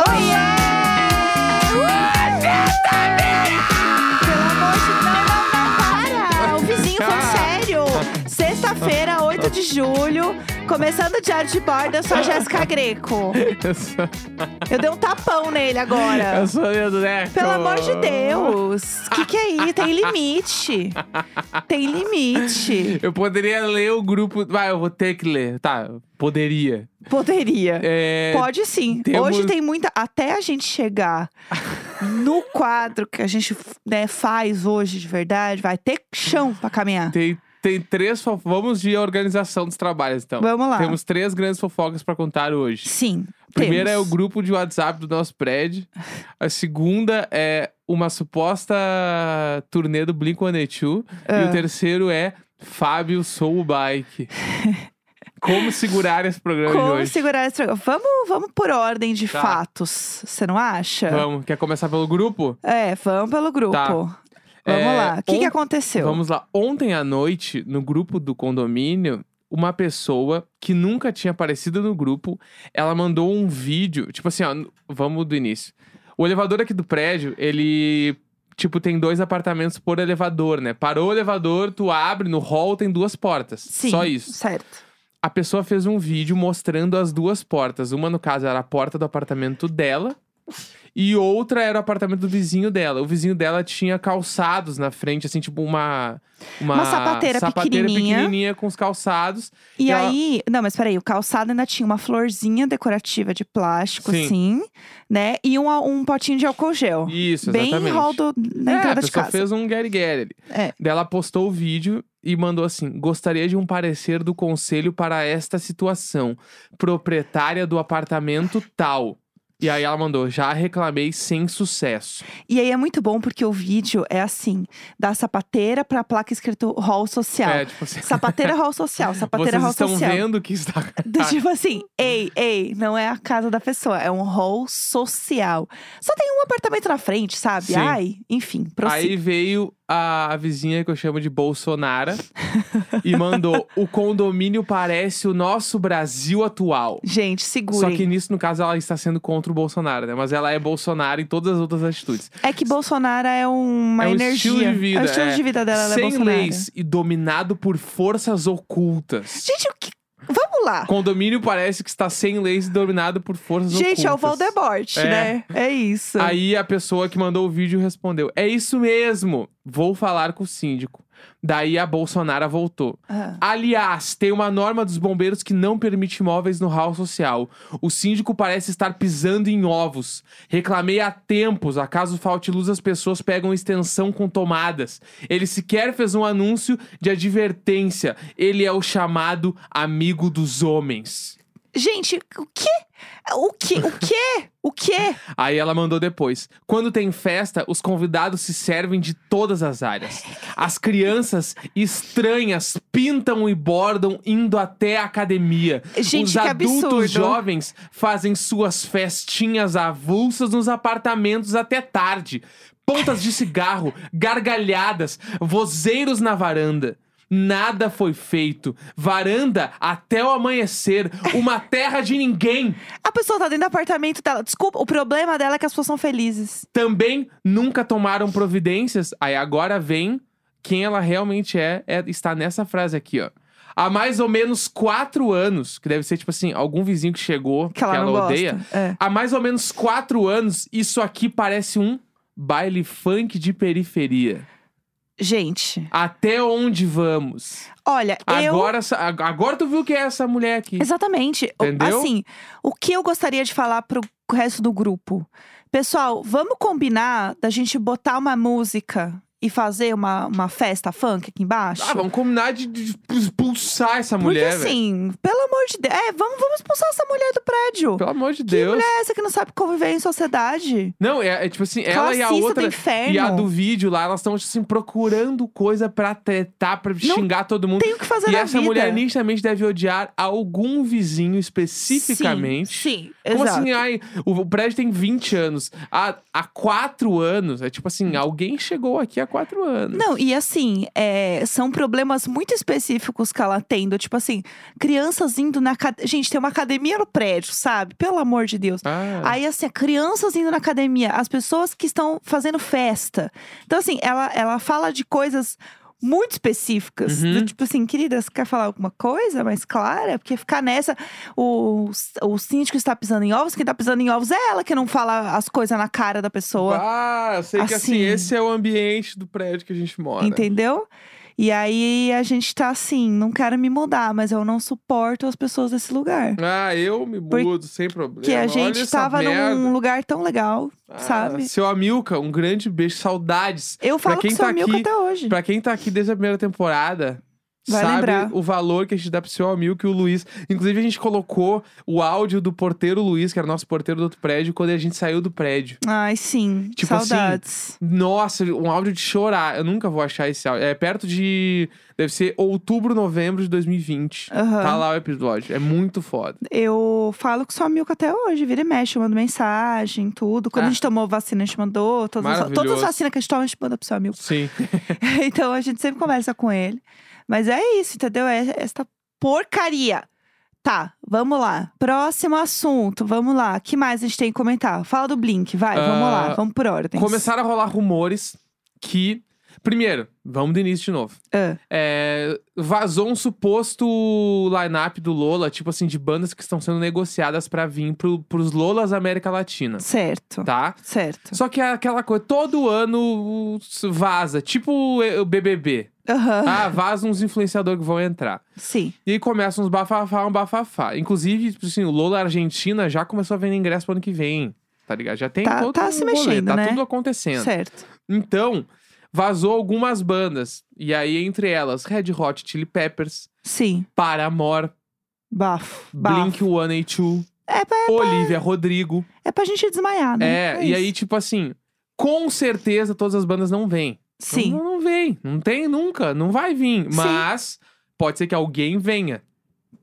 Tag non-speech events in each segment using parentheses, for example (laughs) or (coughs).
Oh, É Quinta-feira, 8 de julho, começando o Diário de Bordo, eu sou a Jéssica Greco. Eu sou, Eu dei um tapão nele agora. eu sou o Leandro Neco. Pelo amor de Deus. O que, que é isso? Tem limite. Tem limite. Eu poderia ler o grupo. Vai, eu vou ter que ler. Tá, poderia. Poderia. É, Pode sim. temos- Hoje tem muita. Até a gente chegar (laughs) no quadro que a gente né, faz hoje de verdade, vai ter chão pra caminhar. Tem, tem três fofocas. Vamos de organização dos trabalhos, então. Vamos lá. Temos três grandes fofocas pra contar hoje. Sim. A primeira é o temos. grupo de WhatsApp do nosso prédio. A segunda é uma suposta turnê do Blink-182. E Ah. o terceiro é Fábio Sou (laughs) o Bike. Como segurar esse programa de Como hoje? segurar esse programa? Vamos, vamos por ordem de Tá. fatos, você não acha? Vamos, quer começar pelo grupo? É, vamos pelo grupo. Tá. Vamos É, lá. O que, que ont- aconteceu? Vamos lá. Ontem à noite, no grupo do condomínio, uma pessoa que nunca tinha aparecido no grupo, ela mandou um vídeo, tipo assim, ó, n- vamos do início. O elevador aqui do prédio, ele tipo tem dois apartamentos por elevador, né? Parou o elevador, tu abre no hall, tem duas portas. Sim, Só isso. Certo. A pessoa fez um vídeo mostrando as duas portas. Uma, no caso, era a porta do apartamento dela. E outra era o apartamento do vizinho dela. O vizinho dela tinha calçados na frente, assim, tipo uma. Uma, Uma sapateira pequenininha. pequenininha com os calçados. E, E ela- aí, não, mas peraí, o calçado ainda tinha uma florzinha decorativa de plástico, Sim. assim, né? E um, al- um potinho de álcool gel. Isso, Bem exatamente. hall do, na é, entrada a de pessoa casa. fez um Gary Gary. É. Daí ela postou o vídeo e mandou assim: gostaria de um parecer do conselho para esta situação. Proprietária do apartamento tal. E aí ela mandou, já reclamei sem sucesso. E aí é muito bom porque o vídeo é assim: da sapateira pra placa escrito hall social. É, tipo assim. Sapateira hall social, sapateira Vocês hall estão social. vendo Tá. que está. Do tipo assim, ei, ei, não é a casa da pessoa, é um hall social. Só tem um apartamento na frente, sabe? Sim. Ai, enfim, prossiga. Aí veio a, a vizinha que eu chamo de Bolsonara e mandou: o condomínio parece o nosso Brasil atual. Gente, segurem. Só que nisso, no caso, ela está sendo contra o Bolsonaro, né? Mas ela é Bolsonaro em todas as outras atitudes. É que Bolsonaro é uma é um energia. estilo de vida. é o estilo é. de vida dela, ela é Sem Bolsonaro. leis e dominado por forças ocultas. Gente, o que... Vamos lá. Condomínio parece que está sem leis e dominado por forças ocultas. Gente, é o Voldemort, É. né? É isso. Aí a pessoa que mandou o vídeo respondeu: É isso mesmo, vou falar com o síndico. Daí a Bolsonaro voltou. Ah. Aliás, tem uma norma dos bombeiros que não permite imóveis no hall social. O síndico parece estar pisando em ovos. Reclamei há tempos, acaso falte luz, as pessoas pegam extensão com tomadas. Ele sequer fez um anúncio de advertência. Ele é o chamado amigo dos homens. Gente, o quê? O quê? O quê? O quê? Aí ela mandou depois. Quando tem festa, os convidados se servem de todas as áreas. As crianças estranhas pintam e bordam indo até a academia. Gente, os que adultos absurdo. jovens fazem suas festinhas avulsas nos apartamentos até tarde. Pontas de cigarro, gargalhadas, vozeiros na varanda. Nada foi feito. Varanda até o amanhecer. Uma terra de ninguém. A pessoa tá dentro do apartamento dela. Desculpa, o problema dela é que as pessoas são felizes. também nunca tomaram providências. Aí agora vem quem ela realmente é, é- está nessa frase aqui, ó. Há mais ou menos quatro anos, que deve ser tipo assim, algum vizinho que chegou, Que ela não gosta. odeia. É. Há mais ou menos quatro anos, isso aqui parece um baile funk de periferia. Gente, Até onde vamos? olha, eu... Agora, essa- ag- agora tu viu que é essa mulher aqui. Exatamente. O- Entendeu? Assim, o que eu gostaria de falar pro resto do grupo? Pessoal, vamos combinar da gente botar uma música e fazer uma, uma festa funk aqui embaixo? Ah, vamos combinar de, de expulsar essa Porque mulher, velho. assim, pelo amor de Deus. É, vamos, vamos expulsar essa mulher do prédio. Pelo amor de que Deus. mulher é essa que não sabe conviver em sociedade? Não, é, é tipo assim, ela e Classista a outra. do inferno. E a do vídeo lá, elas estão assim, procurando coisa pra tretar, pra xingar todo mundo. Tem o que fazer E na essa vida. mulher nitidamente deve odiar algum vizinho especificamente. Sim, sim Como exato. assim, ai, o, o prédio tem 20 anos. Há, há 4 anos. É tipo Hum. assim, alguém chegou aqui há 4 anos. Não, e assim, é, são problemas muito específicos que ela tem. do tipo assim, crianças indo na academia. Gente, tem uma academia no prédio, sabe? Pelo amor de Deus. Ah, Aí, assim, crianças indo na academia, as pessoas que estão fazendo festa. Então, assim, ela, ela fala de coisas muito específicas. Uhum. Do tipo assim, querida, você quer falar alguma coisa mais clara? Porque ficar nessa, o, o síndico está pisando em ovos, quem está pisando em ovos é ela que não fala as coisas na cara da pessoa. Ah, eu sei que assim, Assim. esse é o ambiente do prédio que a gente mora. Entendeu? E aí a gente tá assim, não quero me mudar, mas eu não suporto as pessoas desse lugar. Ah, eu me Porque mudo, sem problema. Que a Olha gente essa tava num merda. lugar tão legal, Ah, sabe? Seu Amilca, um grande beijo, saudades. Eu falo quem que sou tá Milka aqui- até hoje. Pra quem tá aqui desde a primeira temporada, Vai sabe lembrar. o valor que a gente dá pro seu Amilca e o Luiz. Inclusive, a gente colocou o áudio do porteiro Luiz, que era nosso porteiro do outro prédio, quando a gente saiu do prédio. Ai, sim. Tipo assim, Saudades. Nossa, um áudio de chorar. Eu nunca vou achar esse áudio. É perto de. Deve ser outubro, novembro de 2020. Aham. Tá lá o episódio. É muito foda. Eu falo que sou a Milka até hoje, vira e mexe, eu mando mensagem, tudo. Quando Ah. a gente tomou vacina, a gente mandou. Todas, as- todas Maravilhoso. as vacinas que a gente toma, a gente manda pro seu amigo. (laughs) Sim. então a gente sempre conversa com ele. Mas é isso, entendeu? É esta porcaria. Tá, vamos lá. Próximo assunto, vamos lá. O que mais a gente tem que comentar? Fala do Blink, vai, vamos Ah, lá, vamos por ordem. Começaram a rolar rumores que. Primeiro, vamos do início de novo. Ah, É, vazou um suposto line-up do Lola, tipo assim, de bandas que estão sendo negociadas pra vir pro, pros Lolas América Latina, certo, tá? certo. Só que é aquela coisa, todo ano uh, vaza, tipo o BBB. Aham, Ah, vaza uns influenciadores que vão entrar. sim. E aí começam uns bafafá, um bafafá. Inclusive, tipo assim, o Lola Argentina já começou a vender ingresso pro ano que vem, tá ligado? Já tem Tá- todo tá um se rolê, mexendo, tá né? tudo acontecendo. Certo. Então, vazou algumas bandas. E aí, entre elas, Red Hot Chili Peppers, Sim. Bafo. Paramore, Bafo. Blink 182, É pra, Olivia Rodrigo. é pra gente desmaiar, né? É, e aí, isso. tipo assim, com certeza todas as bandas não vêm. Sim. Não, não vem. Não tem nunca. Não vai vir. Sim. Mas pode ser que alguém venha.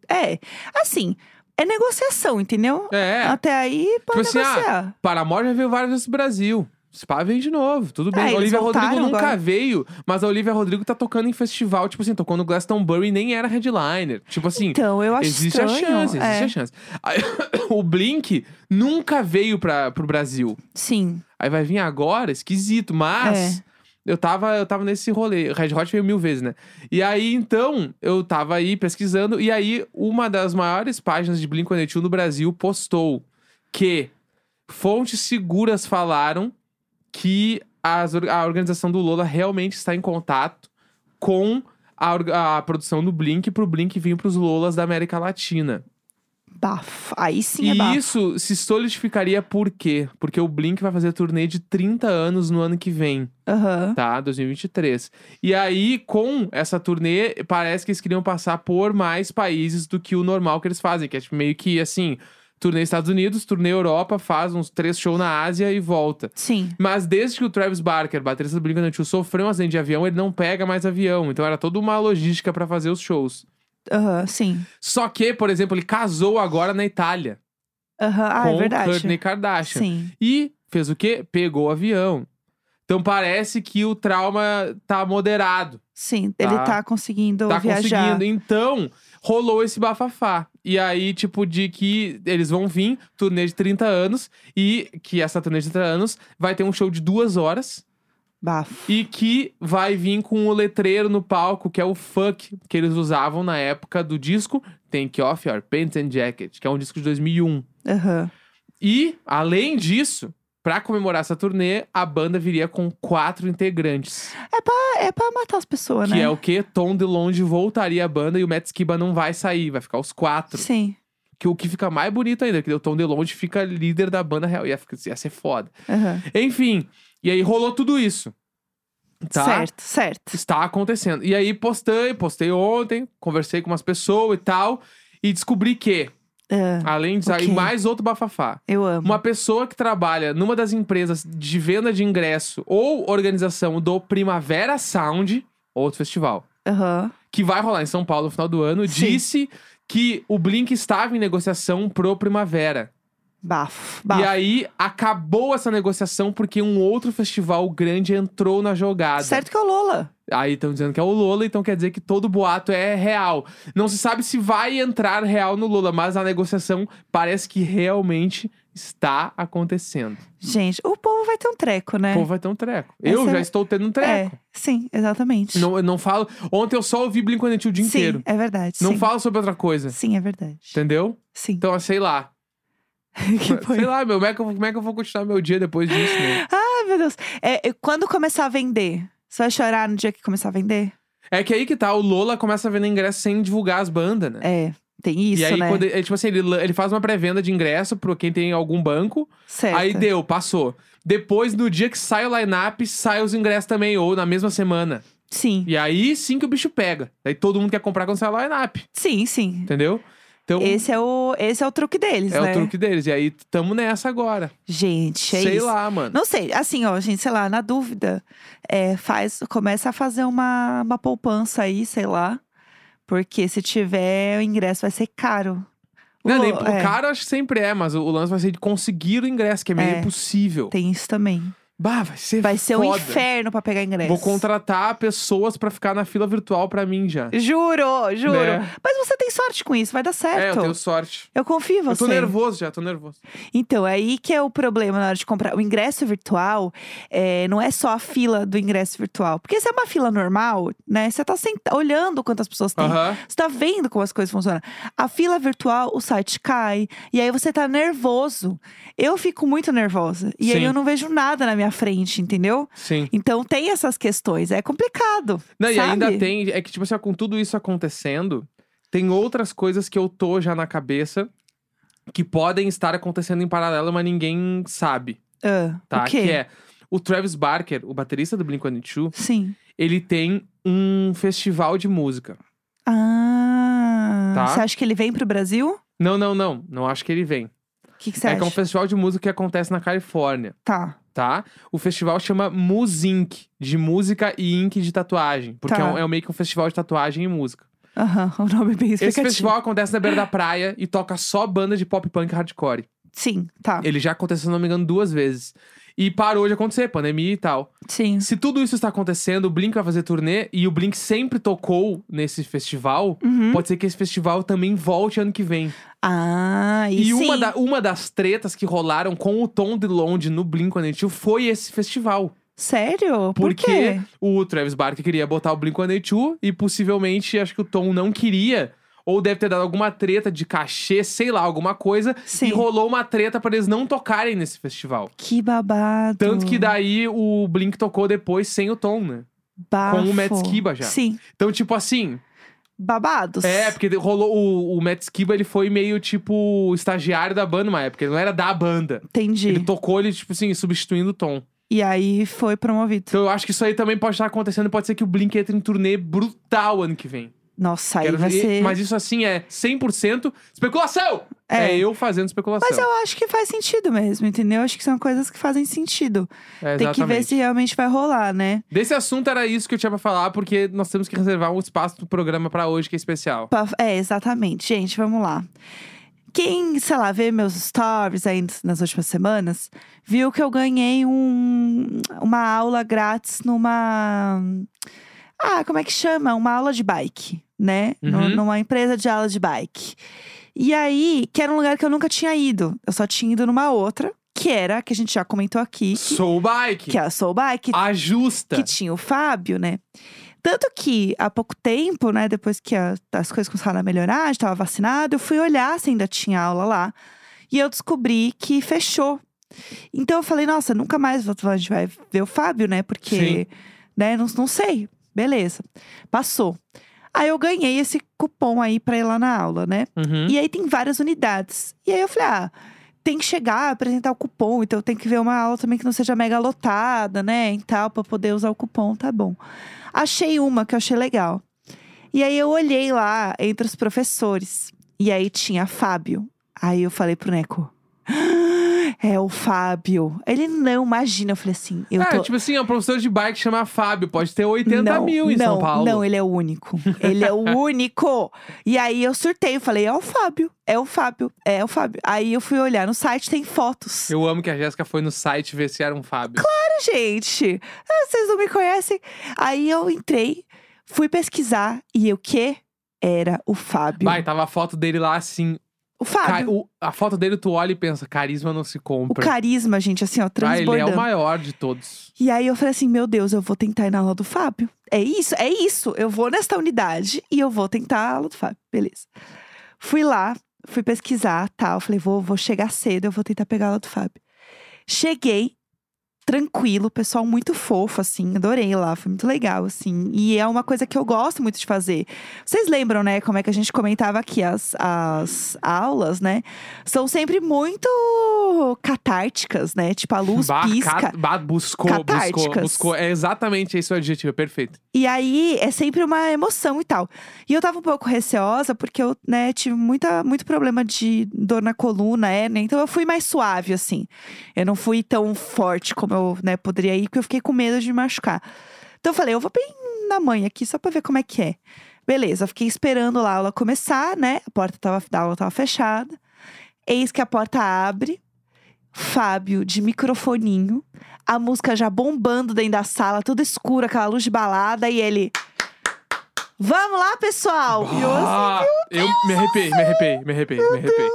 É, assim, é negociação, entendeu? É. Até aí pode Tipo assim, ah, negociar. Paramore já veio várias vezes pro Brasil. Spa vem de novo, tudo É, bem. eles Olivia Rodrigo voltaram nunca agora. veio, mas a Olivia Rodrigo tá tocando em festival, tipo assim, tocou no Glastonbury e nem era headliner. Tipo assim, então, eu acho existe estranho. a chance, existe é, a chance. (coughs) Aí, o Blink nunca veio pra, pro Brasil. Sim, Aí vai vir agora, esquisito, mas. Eu tava, eu tava nesse rolê. Red Hot veio mil vezes, né? E aí, então, eu tava aí pesquisando. E aí, uma das maiores páginas de Blink-182 no Brasil postou que fontes seguras falaram que as or- a organização do Lola realmente está em contato com a, org- a produção do Blink pro Blink vir pros Lolas da América Latina. bafo. Aí sim é e bafo. isso se solidificaria por quê? Porque o Blink vai fazer turnê de 30 anos no ano que vem Aham. tá? 2023. E aí, com essa turnê, parece que eles queriam passar por mais países do que o normal que eles fazem, que é tipo, meio que assim, turnê Estados Unidos, turnê Europa, faz uns três shows na Ásia e volta. Sim, Mas desde que o Travis Barker, baterista do Blink-182, sofreu um acidente de avião, ele não pega mais avião. Então era toda uma logística pra fazer os shows. aham, sim. Só que, por exemplo, ele casou agora na Itália Aham, ah, com é verdade. Kourtney Kardashian. Sim. E fez o quê? Pegou o avião. Então parece que o trauma tá moderado, Sim, Tá. ele tá conseguindo tá viajar. conseguindo. Então rolou esse bafafá. E aí, tipo, de que eles vão vir, turnê de 30 anos, e que essa turnê de 30 anos vai ter um show de duas horas, Bafo. e que vai vir com o letreiro no palco, que é o funk que eles usavam na época do disco Take Off Your Pants and Jacket, que é um disco de 2001. Aham. E, além disso, pra comemorar essa turnê, a banda viria com quatro integrantes. Ah, é pra matar as pessoas, Que né? é o que? Tom DeLonge voltaria à banda e o Matt Skiba não vai sair, vai ficar os quatro. Sim. Que o que fica mais bonito ainda, que o Tom DeLonge fica líder da banda real. Ia, ficar- ia ser foda. Aham. Enfim, e aí rolou tudo isso. Tá? Certo, certo. Está acontecendo. E aí postei, postei ontem, conversei com umas pessoas e tal. E descobri que, Ah, além disso, aí Ok. mais outro bafafá. eu amo. Uma pessoa que trabalha numa das empresas de venda de ingresso ou organização do Primavera Sound, outro festival, Aham. que vai rolar em São Paulo no final do ano, Sim. disse que o Blink estava em negociação pro Primavera. Bafo, E bafo. aí acabou essa negociação porque um outro festival grande entrou na jogada. Certo que é o Lola. Aí estão dizendo que é o Lola, então quer dizer que todo boato é real. Não se sabe se vai entrar real no Lola, mas a negociação parece que realmente está acontecendo. Gente, o povo vai ter um treco, né? Pô, vai ter um treco. Essa eu já é- estou tendo um é, treco. sim, exatamente. Não, eu não falo. Ontem eu só ouvi Blink-182 o dia sim, inteiro. é verdade. Não sim. falo sobre outra coisa. Sim, é verdade. Entendeu? Sim. Então, sei lá. (laughs) que foi? Sei lá, meu, como é, que eu, como é que eu vou continuar meu dia depois disso, (laughs) né? Ai, meu Deus. É, é, quando começar a vender? Você vai chorar no dia que começar a vender? É que aí que tá, o Lola começa a vender ingresso sem divulgar as bandas, né? É, tem isso, e aí, né? quando ele, tipo assim, ele, lan- ele faz uma pré-venda de ingresso pra quem tem algum banco. Certo. Aí deu, passou. Depois, no dia que sai o line-up, sai os ingressos também, ou na mesma semana. Sim, E aí sim que o bicho pega. Daí todo mundo quer comprar quando sai o line-up, sim, sim. entendeu? Então, Esse é o, esse é o truque deles, é né? o truque deles. E aí, tamo nessa agora. Gente, é Sei isso. lá, mano. Não sei, assim, ó, gente, sei lá, na dúvida, é, faz, começa a fazer uma, uma poupança aí, sei lá. Porque se tiver, o ingresso vai ser caro. Não, Lo- nem- é, O cara acho que sempre é, mas o, o lance vai ser de conseguir o ingresso, que é meio É. impossível. Tem isso também. Bah, vai ser Vai ser um foda. inferno pra pegar ingresso. Vou contratar pessoas pra ficar na fila virtual pra mim já. Juro, juro. Né? Mas você tem sorte com isso, vai dar É, eu certo. tenho sorte. Eu confio em Eu você. tô nervoso já, tô nervoso. Então, é aí que é o problema na hora de comprar. O ingresso virtual é, não é só a fila do ingresso virtual. Porque se é uma fila normal, né? Você tá senta- olhando quantas pessoas tem. Aham. Você tá vendo como as coisas funcionam. A fila virtual, o site cai. E aí você tá nervoso. Eu fico muito nervosa. E aí Sim. eu não vejo nada na minha frente, entendeu? Sim. Então tem essas questões. É complicado. Não, e sabe? ainda tem, é que tipo assim, ó, com tudo isso acontecendo, tem outras coisas que eu tô já na cabeça que podem estar acontecendo em paralelo, mas ninguém sabe, Ah, tá? o quê? Que é o Travis Barker, o baterista do Blink-182, Sim. ele tem um festival de música. Ah. Tá. Você acha que ele vem pro Brasil? Não, não, não, não acho que ele vem. O que, que você é acha? que é um festival de música que acontece na Califórnia. Tá. tá? O festival chama Muzinc, de música e ink de tatuagem. Porque Tá. é, um- é meio que um festival de tatuagem e música. Aham, (laughs) o nome é bem Esse explicativo. festival acontece na beira da praia e toca só banda de pop punk hardcore. Sim, tá. Ele já aconteceu, se não me engano, duas vezes. E parou de acontecer, pandemia e tal. Sim. Se tudo isso está acontecendo, o Blink vai fazer turnê e o Blink sempre tocou nesse festival. Uhum. Pode ser que esse festival também volte ano que vem. Ah, e, sim. uma, da- uma das tretas que rolaram com o Tom DeLonge no Blink-182 foi esse festival. Sério? Por Porque quê? o Travis Barker queria botar o Blink-182 e possivelmente acho que o Tom não queria. Ou deve ter dado alguma treta de cachê, sei lá, alguma coisa. Sim. E rolou uma treta pra eles não tocarem nesse festival. Que babado. Tanto que daí o Blink tocou depois sem o Tom, né? Bafo. com o Matt Skiba já. Sim. Então, tipo assim... Babados. É, porque rolou... O, o Matt Skiba, ele foi meio, tipo, estagiário da banda uma época. Ele não era da banda. Entendi. Ele tocou, ele, tipo assim, substituindo o Tom. E aí foi promovido. Então, eu acho que isso aí também pode estar acontecendo. Pode ser que o Blink entre em turnê brutal ano que vem. Nossa, aí Quero vai ver- ser. Mas isso assim é 100% especulação! É. eu fazendo especulação. Mas eu acho que faz sentido mesmo, entendeu? Acho que são coisas que fazem sentido. É, Tem que ver exatamente. se realmente vai rolar, né? Desse assunto era isso que eu tinha pra falar, porque nós temos que reservar um espaço do programa pra hoje, que é especial. Pra- É, exatamente. Gente, vamos lá. Quem, sei lá, vê meus stories aí nas- nas últimas semanas, viu que eu ganhei um, uma aula grátis numa. Ah, como é que chama? Uma aula de bike, né? Nu- Uhum. Numa empresa de aula de bike. E aí, que era um lugar que eu nunca tinha ido. Eu só tinha ido numa outra, que era, a que a gente já comentou aqui, que, Sou o Bike! que é a Soul Bike, Ajusta! que tinha o Fábio, né? Tanto que há pouco tempo, né, depois que a- as coisas começaram a melhorar, a gente tava vacinado, eu fui olhar se ainda tinha aula lá. E eu descobri que fechou. Então eu falei, nossa, nunca mais vou- a gente vai ver o Fábio, né? Porque, né, não, não sei. Beleza. Passou. Aí eu ganhei esse cupom aí pra ir lá na aula, né? Uhum. E aí tem várias unidades. E aí eu falei, ah, tem que chegar, apresentar o cupom, então tem que ver uma aula também que não seja mega lotada, né? E tal, pra poder usar o cupom, tá bom. Achei uma que eu achei legal. E aí eu olhei lá entre os professores. E aí tinha Fábio. Aí eu falei pro Neco. "Ah, É o Fábio. Ele não imagina. Eu falei assim, eu é, tô tipo assim, um professor de bike chama Fábio, pode ter 80 não, mil em não, São Paulo. Não, ele é o único. Ele (laughs) é o único. E aí eu surtei, eu falei, é o Fábio, é o Fábio, é o Fábio. Aí eu fui olhar no site, tem fotos. Eu amo que a Jéssica foi no site ver se era um Fábio. Olha, gente, ah, vocês não me conhecem. Aí eu entrei, fui pesquisar e o que? Era o Fábio. Vai, tava a foto dele lá assim, O Fábio. Ca- o- a falta dele, tu olha e pensa, carisma não se Ah, o compra. carisma, gente, assim, ó, Ah, ele é transbordando. o maior de todos. E aí eu falei assim, meu Deus, eu vou tentar ir na aula do Fábio. É isso, é isso. Eu vou nesta unidade e eu vou tentar a aula do Fábio. Beleza. Fui lá, fui pesquisar, tal. Falei, vou, vou chegar cedo, eu vou tentar pegar a aula do Fábio. Cheguei, tranquilo, pessoal muito fofo, assim. Adorei lá, foi muito legal, assim. E é uma coisa que eu gosto muito de fazer. Vocês lembram, né, como é que a gente comentava aqui as, as aulas, né? São sempre muito catárticas, né? Tipo, a luz Bah, pisca. cat- bah, buscou, buscou, Catárticas. buscou. É exatamente esse o adjetivo, é perfeito. E aí é sempre uma emoção e tal. E eu tava um pouco receosa, porque eu, né, tive muita, muito problema de dor na coluna, hérnia. Então eu fui mais suave, assim. Eu não fui tão forte como eu, né, poderia ir, porque eu fiquei com medo de me machucar. Então eu falei, eu vou bem na mãe aqui, só pra ver como é que é. Beleza, fiquei esperando lá a aula começar, né? A porta tava, da aula tava fechada. Eis que a porta abre. Fábio de microfoninho, a música já bombando dentro da sala, tudo escuro, aquela luz de balada, e ele. Vamos lá, pessoal! E eu assim, Ah, eu me arrepiei, me arrepiei, me arrepiei, me arrepiei.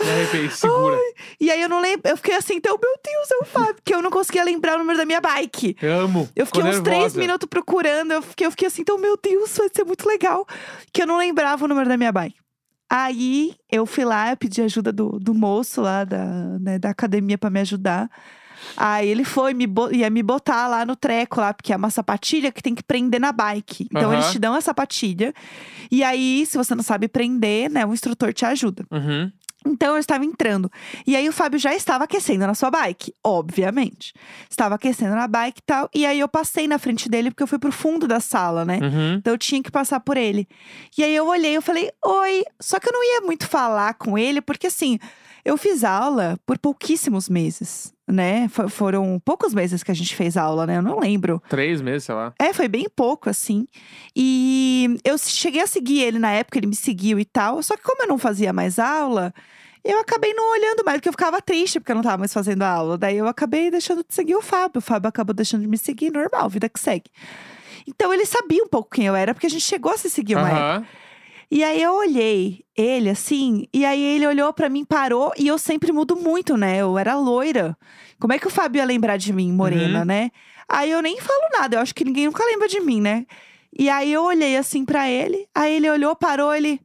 Me arrepiei, segura. E aí eu não lembro, eu fiquei assim, então, meu Deus, é o Fábio, que eu não conseguia lembrar o número da minha bike. Eu amo. Eu fiquei Ficou uns três nervosa. minutos procurando, eu fiquei, eu fiquei assim, então, meu Deus, vai ser muito legal. Que eu não lembrava o número da minha bike. Aí eu fui lá, eu pedi ajuda do, do moço lá da, né, da academia pra me ajudar. Aí ele foi, me bo- ia me botar lá no treco lá, porque é uma sapatilha que tem que prender na bike. Então Aham. eles te dão a sapatilha. E aí, se você não sabe prender, né, o instrutor te ajuda. Uhum. Então eu estava entrando. E aí o Fábio já estava aquecendo na sua bike, obviamente. Estava aquecendo na bike e tal. E aí eu passei na frente dele porque eu fui pro fundo da sala, né? Uhum. Então eu tinha que passar por ele. E aí eu olhei, eu falei, oi. Só que eu não ia muito falar com ele, porque assim, eu fiz aula por pouquíssimos meses, né? Fo- foram poucos meses que a gente fez aula, né? Eu não lembro. Três meses, sei lá. É, foi bem pouco, assim. E eu cheguei a seguir ele na época, ele me seguiu e tal. Só que como eu não fazia mais aula, eu acabei não olhando mais, porque eu ficava triste porque eu não tava mais fazendo a aula. Daí eu acabei deixando de seguir o Fábio. O Fábio acabou deixando de me seguir, normal, vida que segue. Então ele sabia um pouco quem eu era, porque a gente chegou a se seguir uma época. Aham. E aí eu olhei ele assim, e aí ele olhou pra mim, parou, e eu sempre mudo muito, né? Eu era loira. Como é que o Fábio ia lembrar de mim, morena, Uhum. né? Aí eu nem falo nada, eu acho que ninguém nunca lembra de mim, né? E aí eu olhei assim pra ele, aí ele olhou, parou, ele.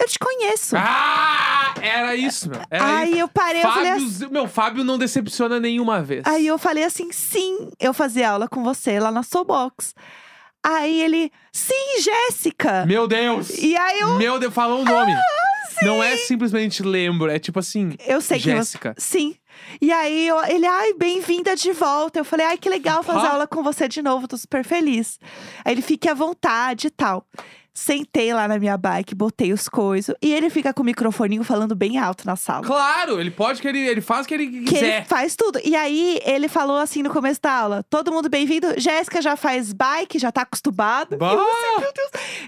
Eu te conheço. Ah! Era isso, meu. Era aí eu parei, isso. eu falei assim. Fábio, Meu, Fábio não decepciona nenhuma vez. Aí eu falei assim, sim, eu fazia aula com você lá na Soulbox. Aí ele, sim, Jéssica! Meu Deus! E aí eu, Meu Deus, falou o nome. Não é simplesmente lembro, é tipo assim. eu sei que você. Jéssica. Sim. E aí eu- ele, ai, bem-vinda de volta. Eu falei, ai, que legal fazer Ah. aula com você de novo, tô super feliz. Aí ele fique à vontade e tal. Sentei lá na minha bike, botei os coisas. E ele fica com o microfoninho falando bem alto na sala. Claro, ele pode que ele, ele faz o que ele Que ele quiser. faz tudo. E aí, ele falou assim no começo da aula: todo mundo bem-vindo. Jéssica já faz bike, já tá acostumado. (laughs) Bah!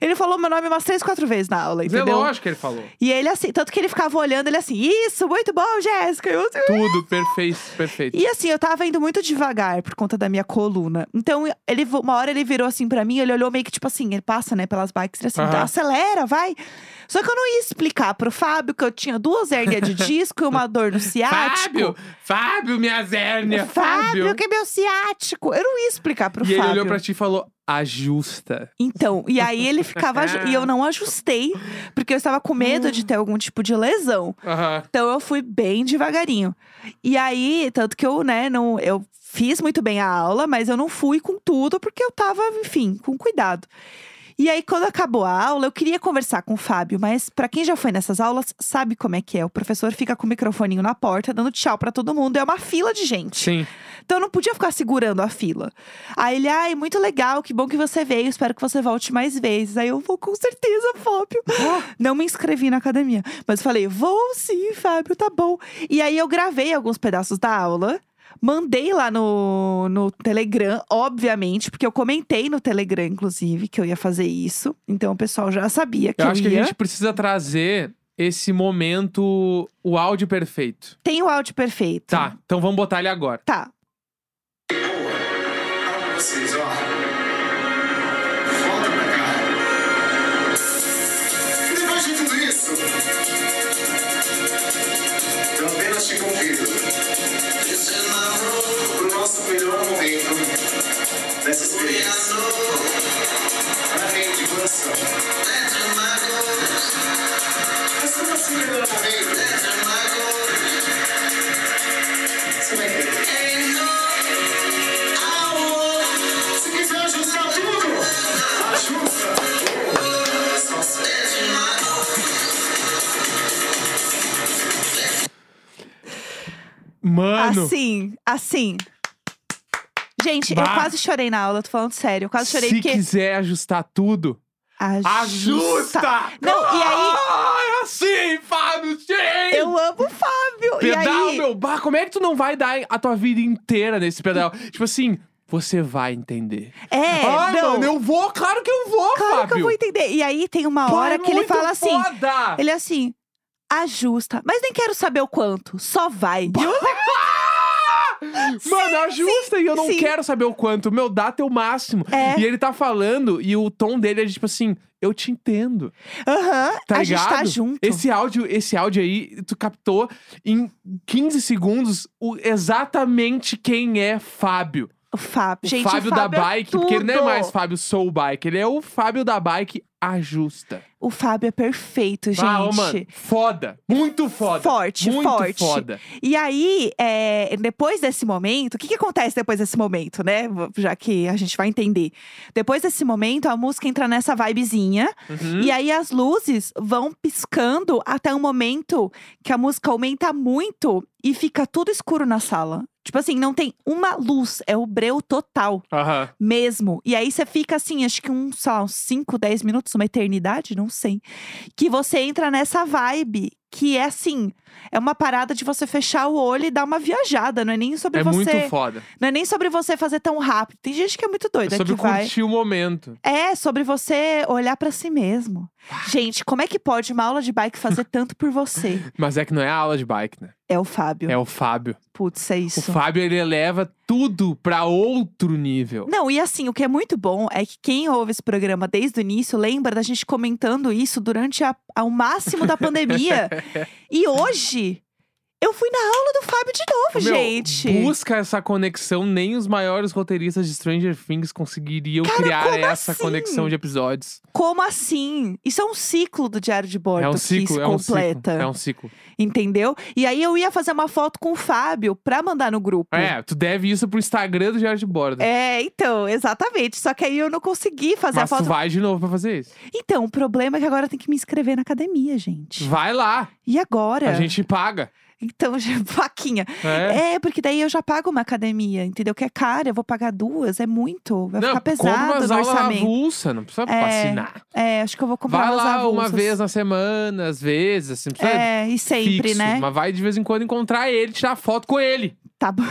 Ele falou meu nome umas três, quatro vezes na aula, Mas é entendeu? lógico que ele falou. E ele assim, tanto que ele ficava olhando, ele assim, isso, muito bom, Jéssica. Eu, assim, Tudo, perfeito, perfeito. E assim, eu tava indo muito devagar por conta da minha coluna. Então, ele, uma hora ele virou assim pra mim, ele olhou meio que tipo assim, ele passa, né, pelas bikes, ele assim, Aham. "Tá, acelera, vai. Só que eu não ia explicar pro Fábio que eu tinha duas hérnias de (laughs) disco e uma dor no ciático. Fábio! Fábio, minha zérnia! Fábio! é Fábio, que é meu ciático. Eu não ia explicar pro e Fábio. ele olhou pra ti e falou: ajusta. Então, e aí ele (laughs) ficava. aju- e eu não ajustei, porque eu estava com medo Hum. de ter algum tipo de lesão. Aham. Então eu fui bem devagarinho. E aí, tanto que eu, né, não, eu fiz muito bem a aula, mas eu não fui com tudo porque eu tava, enfim, com cuidado. E aí, quando acabou a aula, eu queria conversar com o Fábio, mas pra quem já foi nessas aulas, sabe como é que é. O professor fica com o microfoninho na porta, dando tchau pra todo mundo. É uma fila de gente. Sim. Então eu não podia ficar segurando a fila. Aí ele, ai, muito legal, que bom que você veio, espero que você volte mais vezes. Aí eu vou com certeza, Fábio. Ah. Não me inscrevi na academia, mas falei, vou sim, Fábio, tá bom. E aí eu gravei alguns pedaços da aula. Mandei lá no, no Telegram, obviamente, porque eu comentei no Telegram, inclusive, que eu ia fazer isso. Então o pessoal já sabia que Eu eu, acho ia. que a gente precisa trazer esse momento, o áudio perfeito. Tem o áudio perfeito. Tá, então vamos botar ele agora. Tá. Olha vocês, ó. Volta pra cá. E depois de tudo isso, goes. Let your mind go. That's the most singing little baby. Let your mind go. So make it. Ain't no hour. Se quiser ajustar tudo, ajusta. Oh, só se- Mano, Assim, assim. Gente, eu Bah. quase chorei na aula, tô falando sério. Eu quase chorei se porque. quiser ajustar tudo, Ajusta! ajusta! Não, e aí. Ah, é assim, Fábio, sim! Eu amo o Fábio! pedal, e aí. meu. Bah, como é que tu não vai dar a tua vida inteira nesse pedal? tipo assim, você vai entender. É, ah, não. mano, eu vou, claro que eu vou, Claro Fábio. que eu vou entender. E aí tem uma Pô, hora é que ele muito fala assim. Foda. Ele é assim, ajusta. Mas nem quero saber o quanto. Só vai. E eu- Mano, ajusta e eu não sim. quero saber o quanto. Meu, dá teu máximo. É. E ele tá falando e o tom dele é de, tipo assim, eu te entendo. Aham. Tá a ligado? gente tá junto. Esse áudio, esse áudio aí, tu captou em 15 segundos o- exatamente quem é Fábio. O Fábio. O Gente, Fábio, o da é Bike, porque ele não é tudo. mais Fábio Soul Bike, ele é o Fábio da Bike Ajusta. O Fábio é perfeito, gente. Ah, ô, mano, foda. Muito foda. Forte, muito forte. foda. E aí, é, depois desse momento, o que, que acontece depois desse momento, né? V- Já que a gente vai entender. Depois desse momento, a música entra nessa vibezinha. Uhum. E aí as luzes vão piscando até um momento que a música aumenta muito e fica tudo escuro na sala. Tipo assim, não tem uma luz, é o breu total Aham. mesmo. E aí você fica assim, acho que uns, sei lá, uns 5, 10 minutos, uma eternidade, não sei. Que você entra nessa vibe, que é assim, é uma parada de você fechar o olho e dar uma viajada, não é nem sobre É você, muito foda. não é nem sobre você fazer tão rápido. Tem gente que é muito É doida sobre que vai. curtir o momento. É, sobre você olhar pra si mesmo. Gente, como é que pode uma aula de bike fazer tanto por você? Mas é que não é a aula de bike, né? É o Fábio. É o Fábio. Putz, é isso. O Fábio, ele eleva tudo pra outro nível. Não, e assim, o que é muito bom é que quem ouve esse programa desde o início lembra da gente comentando isso durante a, ao máximo da (laughs) pandemia. e hoje, eu fui na aula do Fábio de novo, Meu, gente. Busca essa conexão, nem os maiores roteiristas de Stranger Things conseguiriam Cara, criar como essa assim? conexão de episódios. Como assim? Isso é um ciclo do Diário de Bordo é um que ciclo, se é um ciclo. completa, É um ciclo. entendeu? E aí eu ia fazer uma foto com o Fábio pra mandar no grupo. É, tu deve isso pro Instagram do Diário de Bordo. É, então, exatamente. Só que aí eu não consegui fazer Mas a tu foto. vai de novo pra fazer isso. Então, o problema é que agora eu tenho que me inscrever na academia, gente. Vai lá, E agora? Hum. a gente paga. Então, (laughs) já- vaquinha. É. É, porque daí eu já pago uma academia, entendeu? Que é cara, eu vou pagar duas, é muito. Vai não, ficar compra pesado umas no aulas orçamento. avulsa, não precisa É, assinar. É, acho que eu vou comprar Vai umas lá uma avulsas. vez na semana, às vezes, assim, não precisa É, e sempre, fixo, né? Mas vai de vez em quando encontrar ele, tirar foto com ele. Tá bom.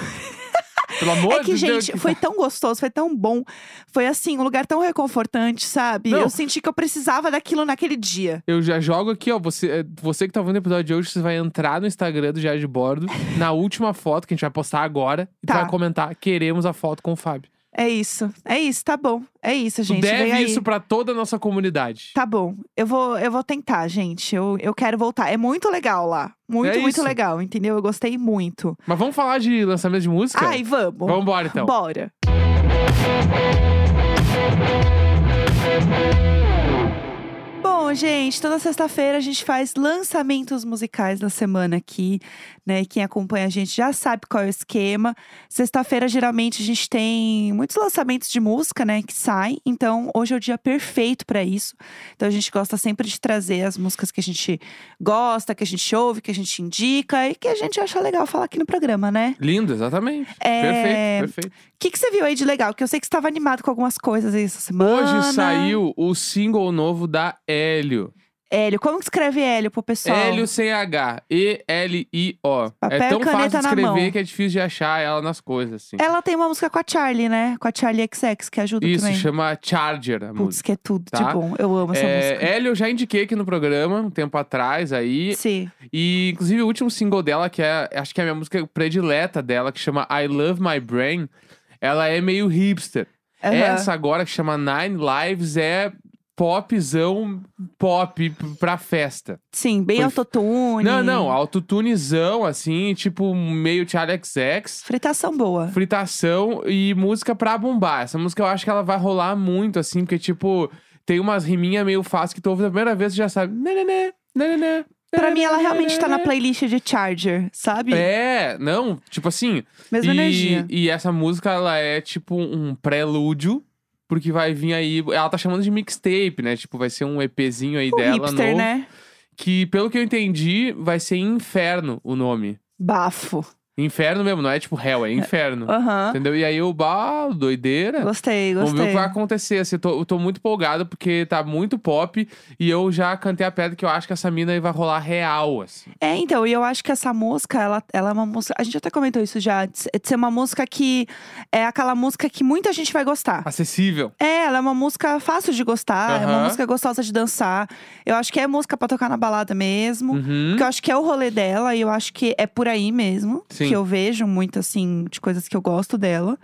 Pelo amor é que, de Deus. gente, foi tão gostoso, foi tão bom. Foi assim, um lugar tão reconfortante, sabe? Não. Eu senti que eu precisava daquilo naquele dia. Eu já jogo aqui, ó. Você, eh, você que tá vendo o episódio de hoje, você vai entrar no Instagram do Diário (laughs) de Bordo, na última foto que a gente vai postar agora, e tu Tá. vai comentar: queremos a foto com o Fábio. É isso. É isso, tá bom. É isso, gente. tu deve vem aí. isso pra toda a nossa comunidade. Tá bom, eu vou, eu vou tentar, gente. Eu, eu quero voltar. É muito legal lá. Muito, É muito isso. legal, entendeu? Eu gostei muito. Mas vamos falar de lançamento de música? Ai, vamos. Vambora então. Bora. Bom, gente, toda sexta-feira a gente faz lançamentos musicais da semana aqui, né? Quem acompanha a gente já sabe qual é o esquema. Sexta-feira, geralmente, a gente tem muitos lançamentos de música, né? Que saem. Então, hoje é o dia perfeito pra isso. Então, a gente gosta sempre de trazer as músicas que a gente gosta, que a gente ouve, que a gente indica e que a gente acha legal falar aqui no programa, né? Lindo, exatamente. É, Perfeito, perfeito. o que, que você viu aí de legal? Que eu sei que você estava animado com algumas coisas aí essa semana. Hoje saiu o single novo da Hélio. Hélio, como que escreve Hélio pro pessoal? Hélio sem H. E-L-I-O. Papel É e tão caneta fácil de na escrever mão. É que é difícil de achar ela nas coisas, assim. Ela tem uma música com a Charlie, né? Com a Charlie XX, que ajuda Isso, também. chama Charger a Putz, música. que é tudo tá? de bom. Eu amo essa É, música. Hélio, eu já indiquei aqui no programa, um tempo atrás aí. Sim. E, inclusive, o último single dela, que é, acho que é a minha música predileta dela, que chama I Love My Brain, ela é meio hipster. Aham. Essa agora, que chama Nine Lives, é popzão pop pra festa. Sim, bem Foi- autotune. Não, não, autotunezão, assim, tipo meio Charlie XX. Fritação boa. fritação e música pra bombar. Essa música eu acho que ela vai rolar muito, assim, porque, tipo, Tem umas riminhas meio fáceis que tu ouve da primeira vez e já sabe. Né, né, né, né, né, né, Pra mim, ela né, realmente né, tá na né. playlist de Charger, sabe? É, não, tipo assim. Mesma e, energia. E essa música, ela é tipo um prelúdio, porque vai vir aí. Ela tá chamando de mixtape, né? Tipo, vai ser um EPzinho aí O dela hipster, novo. né? Que, pelo que eu entendi, vai ser Inferno o nome. Bafo. Inferno mesmo, não é (laughs) tipo Hell, é Inferno. Aham. Entendeu? E aí o bah, doideira. Gostei, Vamos ver o gostei. que vai acontecer. Assim, eu, tô, eu tô muito empolgado porque tá muito pop e eu já cantei a pedra que eu acho que essa mina aí vai rolar real, assim. É, então, e eu acho que essa música, ela, ela é uma música. A gente até comentou isso já, de se- de ser uma música que é aquela música que muita gente vai gostar. Acessível. É, ela é uma música fácil de gostar, é uma Aham. música gostosa de dançar. Eu acho que é música pra tocar na balada mesmo. Uhum. Porque eu acho que é o rolê dela e eu acho que é por aí mesmo Sim. que eu vejo muito, assim, de coisas que eu gosto dela.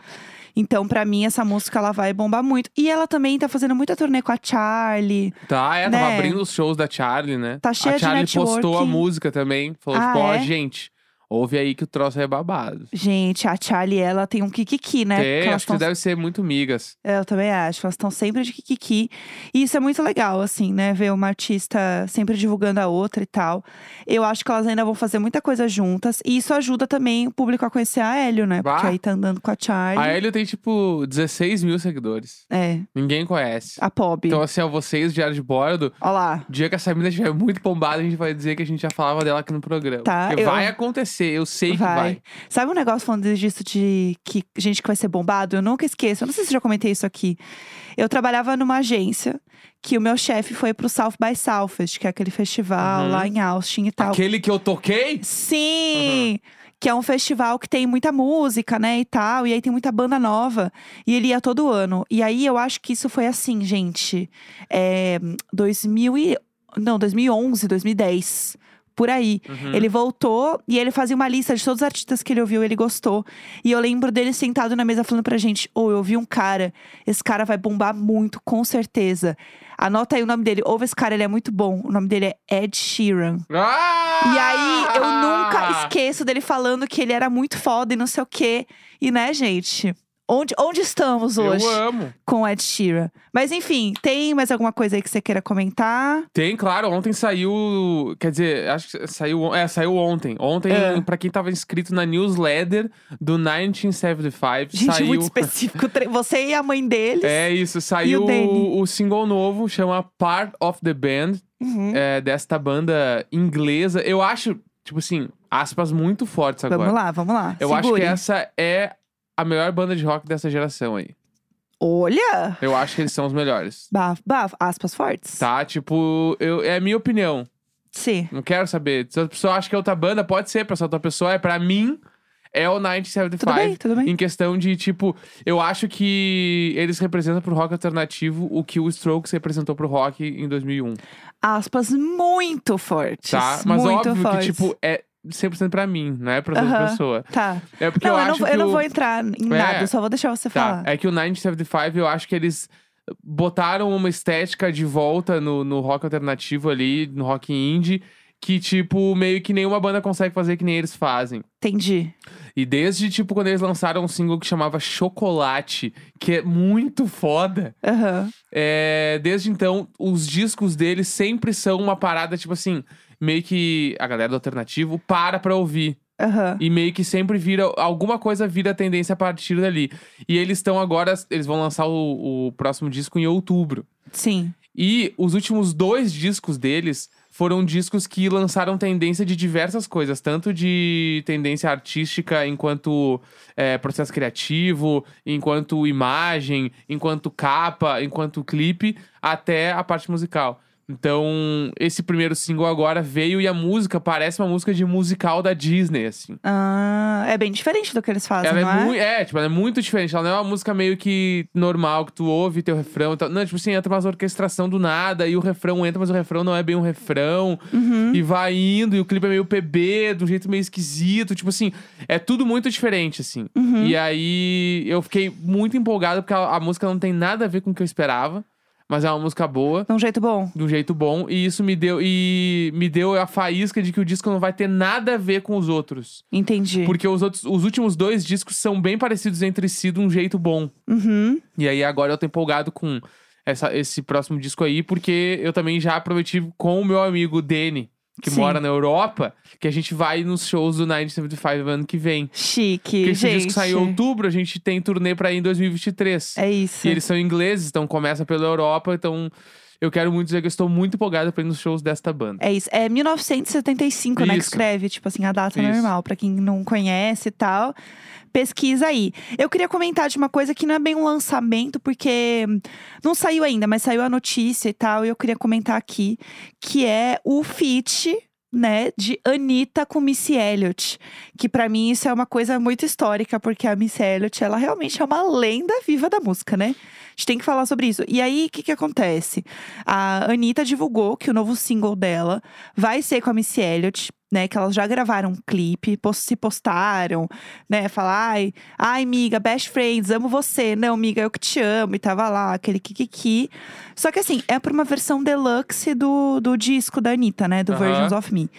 Então, pra mim, essa música ela vai bombar muito. E ela também tá fazendo muita turnê com a Charlie. Tá, é, tava Né? abrindo os shows da Charlie, né? Tá cheia a de Charlie postou a networking. música também. Falou, Ah, tipo, ó, é? gente, ouve aí que o troço é babado. Gente, a Charlie, ela tem um kikiki, né? Porque Tem, elas acho que tão- deve ser muito migas. É, Eu também acho. Elas estão sempre de kikiki. E isso é muito legal, assim, né? Ver uma artista sempre divulgando a outra e tal. Eu acho que elas ainda vão fazer muita coisa juntas. E isso ajuda também o público a conhecer a Hélio, né? Porque Bah. aí tá andando com a Charlie. A Hélio tem, tipo, 16 mil seguidores. É, Ninguém conhece. a Pob. Então, assim, ó, vocês, Diário de Bordo, Ó lá. o dia que essa mina estiver muito bombada, a gente vai dizer que a gente já falava dela aqui no programa. Tá, Porque eu- vai acontecer, eu sei que vai. Sabe um negócio falando disso de que gente que vai ser bombado? Eu nunca esqueço. Eu não sei se eu já comentei isso aqui. Eu trabalhava numa agência que o meu chefe foi pro South by Southwest, que é aquele festival Uhum. lá em Austin e tal. Aquele que eu toquei? Sim! Que é um festival que tem muita música, né, e tal. E aí tem muita banda nova. E ele ia todo ano. E aí eu acho que isso foi assim, gente. É, 2000 e... Não, 2011, 2010. Por aí. Uhum. Ele voltou e ele fazia uma lista de todos os artistas que ele ouviu, ele gostou. E eu lembro dele sentado na mesa falando pra gente: Ô, eu ouvi um cara, esse cara vai bombar muito, com certeza. Anota aí o nome dele. Ouve esse cara, ele é muito bom. O nome dele é Ed Sheeran. Ah! E aí, eu nunca esqueço dele falando que ele era muito foda e não sei o quê. E né, gente? Onde, onde estamos hoje Eu amo. com Ed Sheeran? Mas enfim, tem mais alguma coisa aí que você queira comentar? Tem, claro, ontem saiu. Quer dizer, acho que saiu. on- É, saiu ontem. Ontem, É. pra quem tava inscrito na newsletter do 1975, Gente, saiu. muito específico. tre- Você e a mãe deles. É isso, saiu Danny? o, single novo, chama Part of the Band, Uhum. é, desta banda inglesa. Eu acho, tipo assim, aspas muito fortes agora. Vamos lá, vamos lá. Eu acho que Segure. essa é a melhor banda de rock dessa geração aí. Olha! Eu acho que eles são os melhores. Bafo, bafo, aspas fortes. Tá, tipo, eu, é a minha opinião. Sim. Não quero saber. Se a pessoa acha que é outra banda, pode ser pra essa outra pessoa. É pra mim, é o Tudo bem, 1975. tudo bem. Em questão de, tipo, eu acho que eles representam pro rock alternativo o que o Strokes representou pro rock em 2001. Aspas muito fortes. Tá? Mas muito óbvio fortes. que, tipo, é 100% pra mim, não é pra outra Aham. pessoa. Tá. É porque não, eu, eu, não, acho vou- que eu não o- vou entrar em nada, É. eu só vou deixar você Tá, falar. é que o 975 eu acho que eles botaram uma estética de volta no, no rock alternativo ali, no rock indie, que, tipo, meio que nenhuma banda consegue fazer que nem eles fazem. Entendi. E desde, tipo, quando eles lançaram um single que chamava Chocolate, que é muito foda, Aham. é, desde então, os discos deles sempre são uma parada, tipo assim, meio que a galera do alternativo para pra ouvir. Aham. E meio que sempre vira. Alguma coisa vira tendência a partir dali. E eles estão agora. Eles vão lançar o, o próximo disco em outubro. Sim. E os últimos dois discos deles foram discos que lançaram tendência de diversas coisas, tanto de tendência artística enquanto é, processo criativo, enquanto imagem, enquanto capa, enquanto clipe, até a parte musical. Então, esse primeiro single agora veio e a música parece uma música de musical da Disney, assim. Ah, é bem diferente do que eles fazem, Ela não é, é? mui- é, tipo, ela é muito diferente. Ela não é uma música meio que normal, que tu ouve teu refrão e tal. Não, tipo assim, entra umas orquestração do nada, e o refrão entra, mas o refrão não é bem um refrão. Uhum. E vai indo, e o clipe é meio PB, do jeito meio esquisito. Tipo assim, é tudo muito diferente, assim. Uhum. E aí eu fiquei muito empolgado, porque a, a música não tem nada a ver com o que eu esperava. Mas é uma música boa, De um jeito bom. de um jeito bom. E isso me deu. E me deu a faísca de que o disco não vai ter nada a ver com os outros. Entendi. Porque os, outros, os últimos dois discos são bem parecidos entre si de um jeito bom. Uhum. E aí agora eu tô empolgado com essa- esse próximo disco aí, porque eu também já prometi com o meu amigo Dene, que Sim. mora na Europa, que a gente vai nos shows do 975 ano que vem. Chique, Porque esse gente. disco sai em outubro, a gente tem turnê pra ir em 2023. É isso. E eles são ingleses, então começa pela Europa, então eu quero muito dizer que eu estou muito empolgado pra ir nos shows desta banda. É isso. É 1975, né? Que Isso. escreve, tipo assim, a data Isso. normal, pra quem não conhece e tal. Pesquisa aí. Eu queria comentar de uma coisa que não é bem um lançamento, porque não saiu ainda, mas saiu a notícia e tal. E eu queria comentar aqui, que é o feat, né, de Anitta com Missy Elliott. Que pra mim isso é uma coisa muito histórica, porque a Missy Elliott, ela realmente é uma lenda viva da música, né? A gente tem que falar sobre isso. E aí, o que que acontece? A Anitta divulgou que o novo single dela vai ser com a Missy Elliott, né? Que elas já gravaram um clipe, pos- se postaram, né? Falar, ai, ai, miga, best friends, amo você. Não, miga, eu que te amo. E tava lá, aquele kikiki. Só que assim, é pra uma versão deluxe do, do disco da Anitta, né? Do Aham. Versions of Me.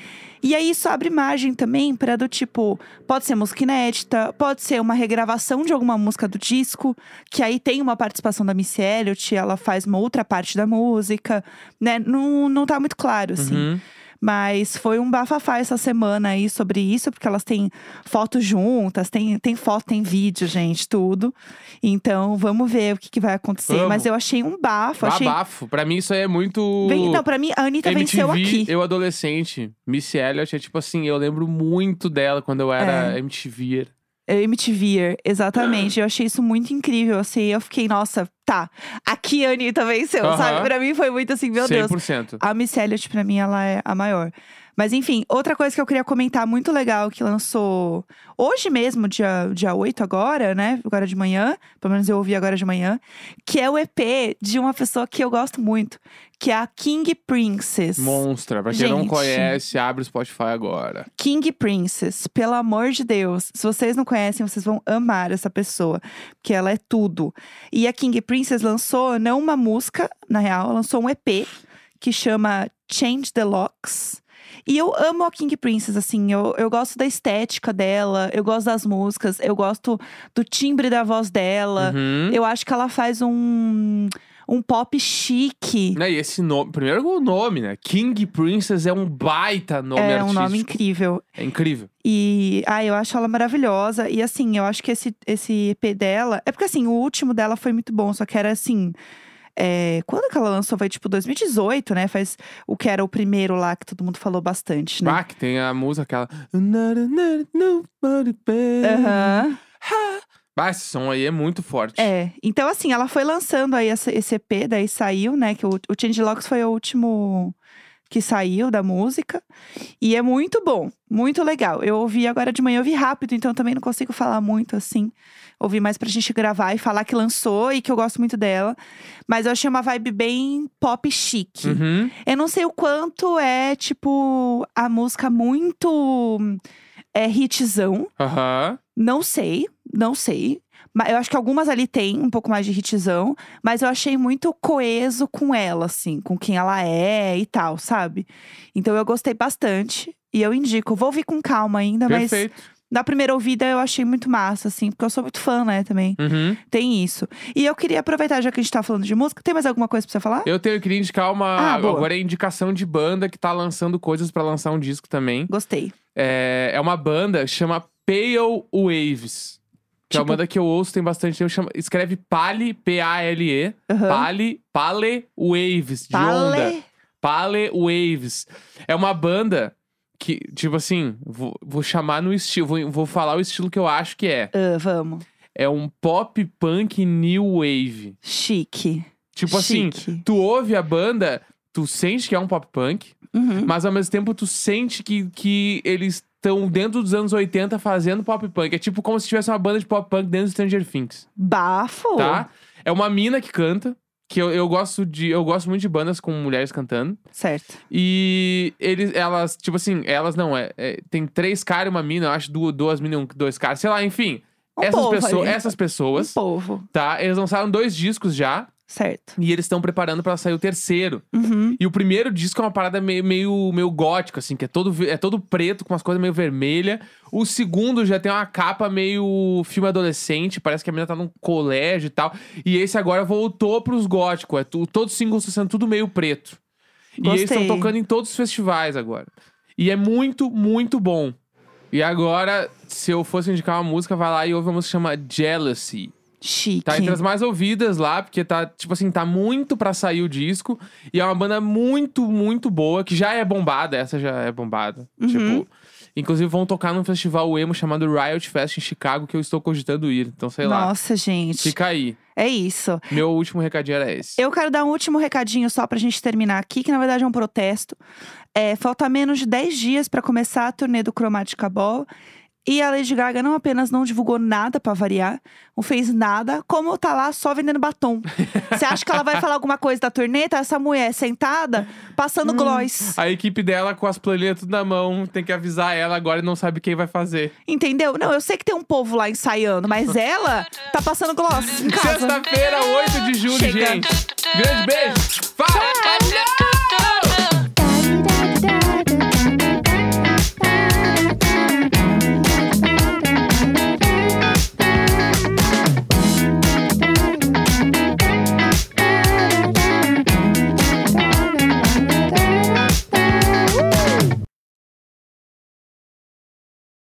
E aí, isso abre margem também pra do tipo… Pode ser música inédita, pode ser uma regravação de alguma música do disco. Que aí tem uma participação da Missy Elliott, ela faz uma outra parte da música. Né? Não, não tá muito claro, assim. Uhum. Mas foi um bafafá essa semana aí sobre isso, porque elas têm fotos juntas, tem, tem foto, tem vídeo, gente, tudo. Então vamos ver o que, que vai acontecer. Vamos. Mas eu achei um bafo. Achei... Abafo. Pra mim isso aí é muito. Vem- tá Não, pra mim, a Anitta venceu MTV, aqui. eu adolescente, Missy Elliott, é tipo assim, eu lembro muito dela quando eu era É. MTV. Eu MTV, exatamente. Eu achei isso muito incrível, assim. Eu fiquei, nossa, tá. Aqui a Anitta venceu, Aham. sabe? Pra mim foi muito assim, meu Deus. 100%. A Miss Elliott, pra mim, ela é a maior. Mas enfim, outra coisa que eu queria comentar muito legal que lançou hoje mesmo, dia, dia 8 agora, né? Agora de manhã, pelo menos eu ouvi agora de manhã, que é o EP de uma pessoa que eu gosto muito, que é a King Princess. Monstra. Pra quem não Gente. conhece, abre o Spotify agora. King Princess, pelo amor de Deus. Se vocês não conhecem, vocês vão amar essa pessoa, porque ela é tudo. E a King Princess lançou não uma música, na real, lançou um EP que chama Change the Locks. E eu amo a King Princess, assim, eu, eu gosto da estética dela, eu gosto das músicas, eu gosto do timbre da voz dela. Uhum. Eu acho que ela faz um, um pop chique. Né, e esse nome, primeiro o nome, né? King Princess é um baita nome é um artístico. nome incrível. É incrível. E, ah, eu acho ela maravilhosa. E assim, eu acho que esse, esse EP dela. É porque assim, o último dela foi muito bom, só que era assim. é, quando que ela lançou? Foi tipo 2018, né? Faz o que era o primeiro lá que todo mundo falou bastante, né? Ah, que tem a música aquela. Aham. Aham. Bah, esse som aí é muito forte. É. Então, assim, ela foi lançando aí essa- esse EP, daí saiu, né? Que o, o Change Locks foi o último que saiu da música. E é muito bom, muito legal. Eu ouvi agora de manhã, eu ouvi rápido, então também não consigo falar muito assim. Ouvi mais pra gente gravar e falar que lançou e que eu gosto muito dela. Mas eu achei uma vibe bem pop chique. Uhum. Eu não sei o quanto é, tipo, a música muito é, hitzão. Aham. Não sei, não sei. Ma- Eu acho que algumas ali tem um pouco mais de hitzão, mas eu achei muito coeso com ela, assim, com quem ela é e tal, sabe? Então eu gostei bastante e eu indico. Vou ouvir com calma ainda, mas Perfeito. na primeira ouvida eu achei muito massa, assim, porque eu sou muito fã, né, também. Uhum. Tem isso. E eu queria aproveitar, já que a gente tá falando de música, tem mais alguma coisa pra você falar? Eu tenho, eu queria indicar uma. Ah, boa. agora é indicação de banda que tá lançando coisas pra lançar um disco também. Gostei. É, é uma banda que chama Pale Waves. Que é uma Tipo- banda que eu ouço tem bastante tempo. Chama, escreve Pale, P-A-L-E. Aham. Pale, Pale Waves, de onda. Pale. Pale Waves. É uma banda que, tipo assim, vou, vou chamar no estilo, vou, vou falar o estilo que eu acho que é. Ah, vamos. É um pop punk new wave. Chique. Tipo assim, Chique. tu ouve a banda, tu sente que é um pop punk, Uhum. mas ao mesmo tempo tu sente que, que eles estão dentro dos anos 80 fazendo pop punk. É tipo como se tivesse uma banda de pop punk dentro do Stranger Things, Bafo. tá? É uma mina que canta, que eu, eu gosto de, eu gosto muito de bandas com mulheres cantando. Certo. E eles, elas, tipo assim, elas não, é, é- tem três caras e uma mina, eu acho duas, duas minas e um, dois caras, sei lá, enfim. Um essas, povo pessoas, ali. essas Um pessoas, povo. tá? Eles lançaram dois discos já. Certo. E eles estão preparando pra sair o terceiro. Uhum. E o primeiro disco é uma parada meio, meio, meio gótico, assim, que é todo, ve- é todo preto, com umas coisas meio vermelha. O segundo já tem uma capa meio filme adolescente, parece que a menina tá num colégio e tal. E esse agora voltou pros góticos. É tu, todos os singles estão sendo tudo meio preto. E eles estão Gostei. tocando em todos os festivais agora. E é muito, muito bom. E agora, se eu fosse indicar uma música, vai lá e ouve uma música que chama Jealousy. Chique. Tá entre as mais ouvidas lá, porque tá, tipo assim, tá muito pra sair o disco. E é uma banda muito, muito boa, que já é bombada, essa já é bombada. Uhum. Tipo, inclusive vão tocar num festival emo chamado Riot Fest em Chicago, que eu estou cogitando ir. Então, sei lá. Nossa, gente. Fica aí. É isso. Meu último recadinho era esse. Eu quero dar um último recadinho só pra gente terminar aqui, que na verdade é um protesto. É, falta menos de 10 dias pra começar a turnê do Chromatica Ball. E a Lady Gaga não apenas não divulgou nada pra variar, não fez nada, como tá lá só vendendo (laughs) batom. Você acha que ela vai falar alguma coisa da turnê? Tá essa mulher sentada, Hum. passando gloss. A equipe dela com as planilhas tudo na mão, tem que avisar ela agora e não sabe quem vai fazer. Entendeu? Não, eu sei que tem um povo lá ensaiando, mas ela tá passando tá gloss em casa. Sexta-feira, 8 de julho, Chega. gente. Grande beijo. Fala! Tchau.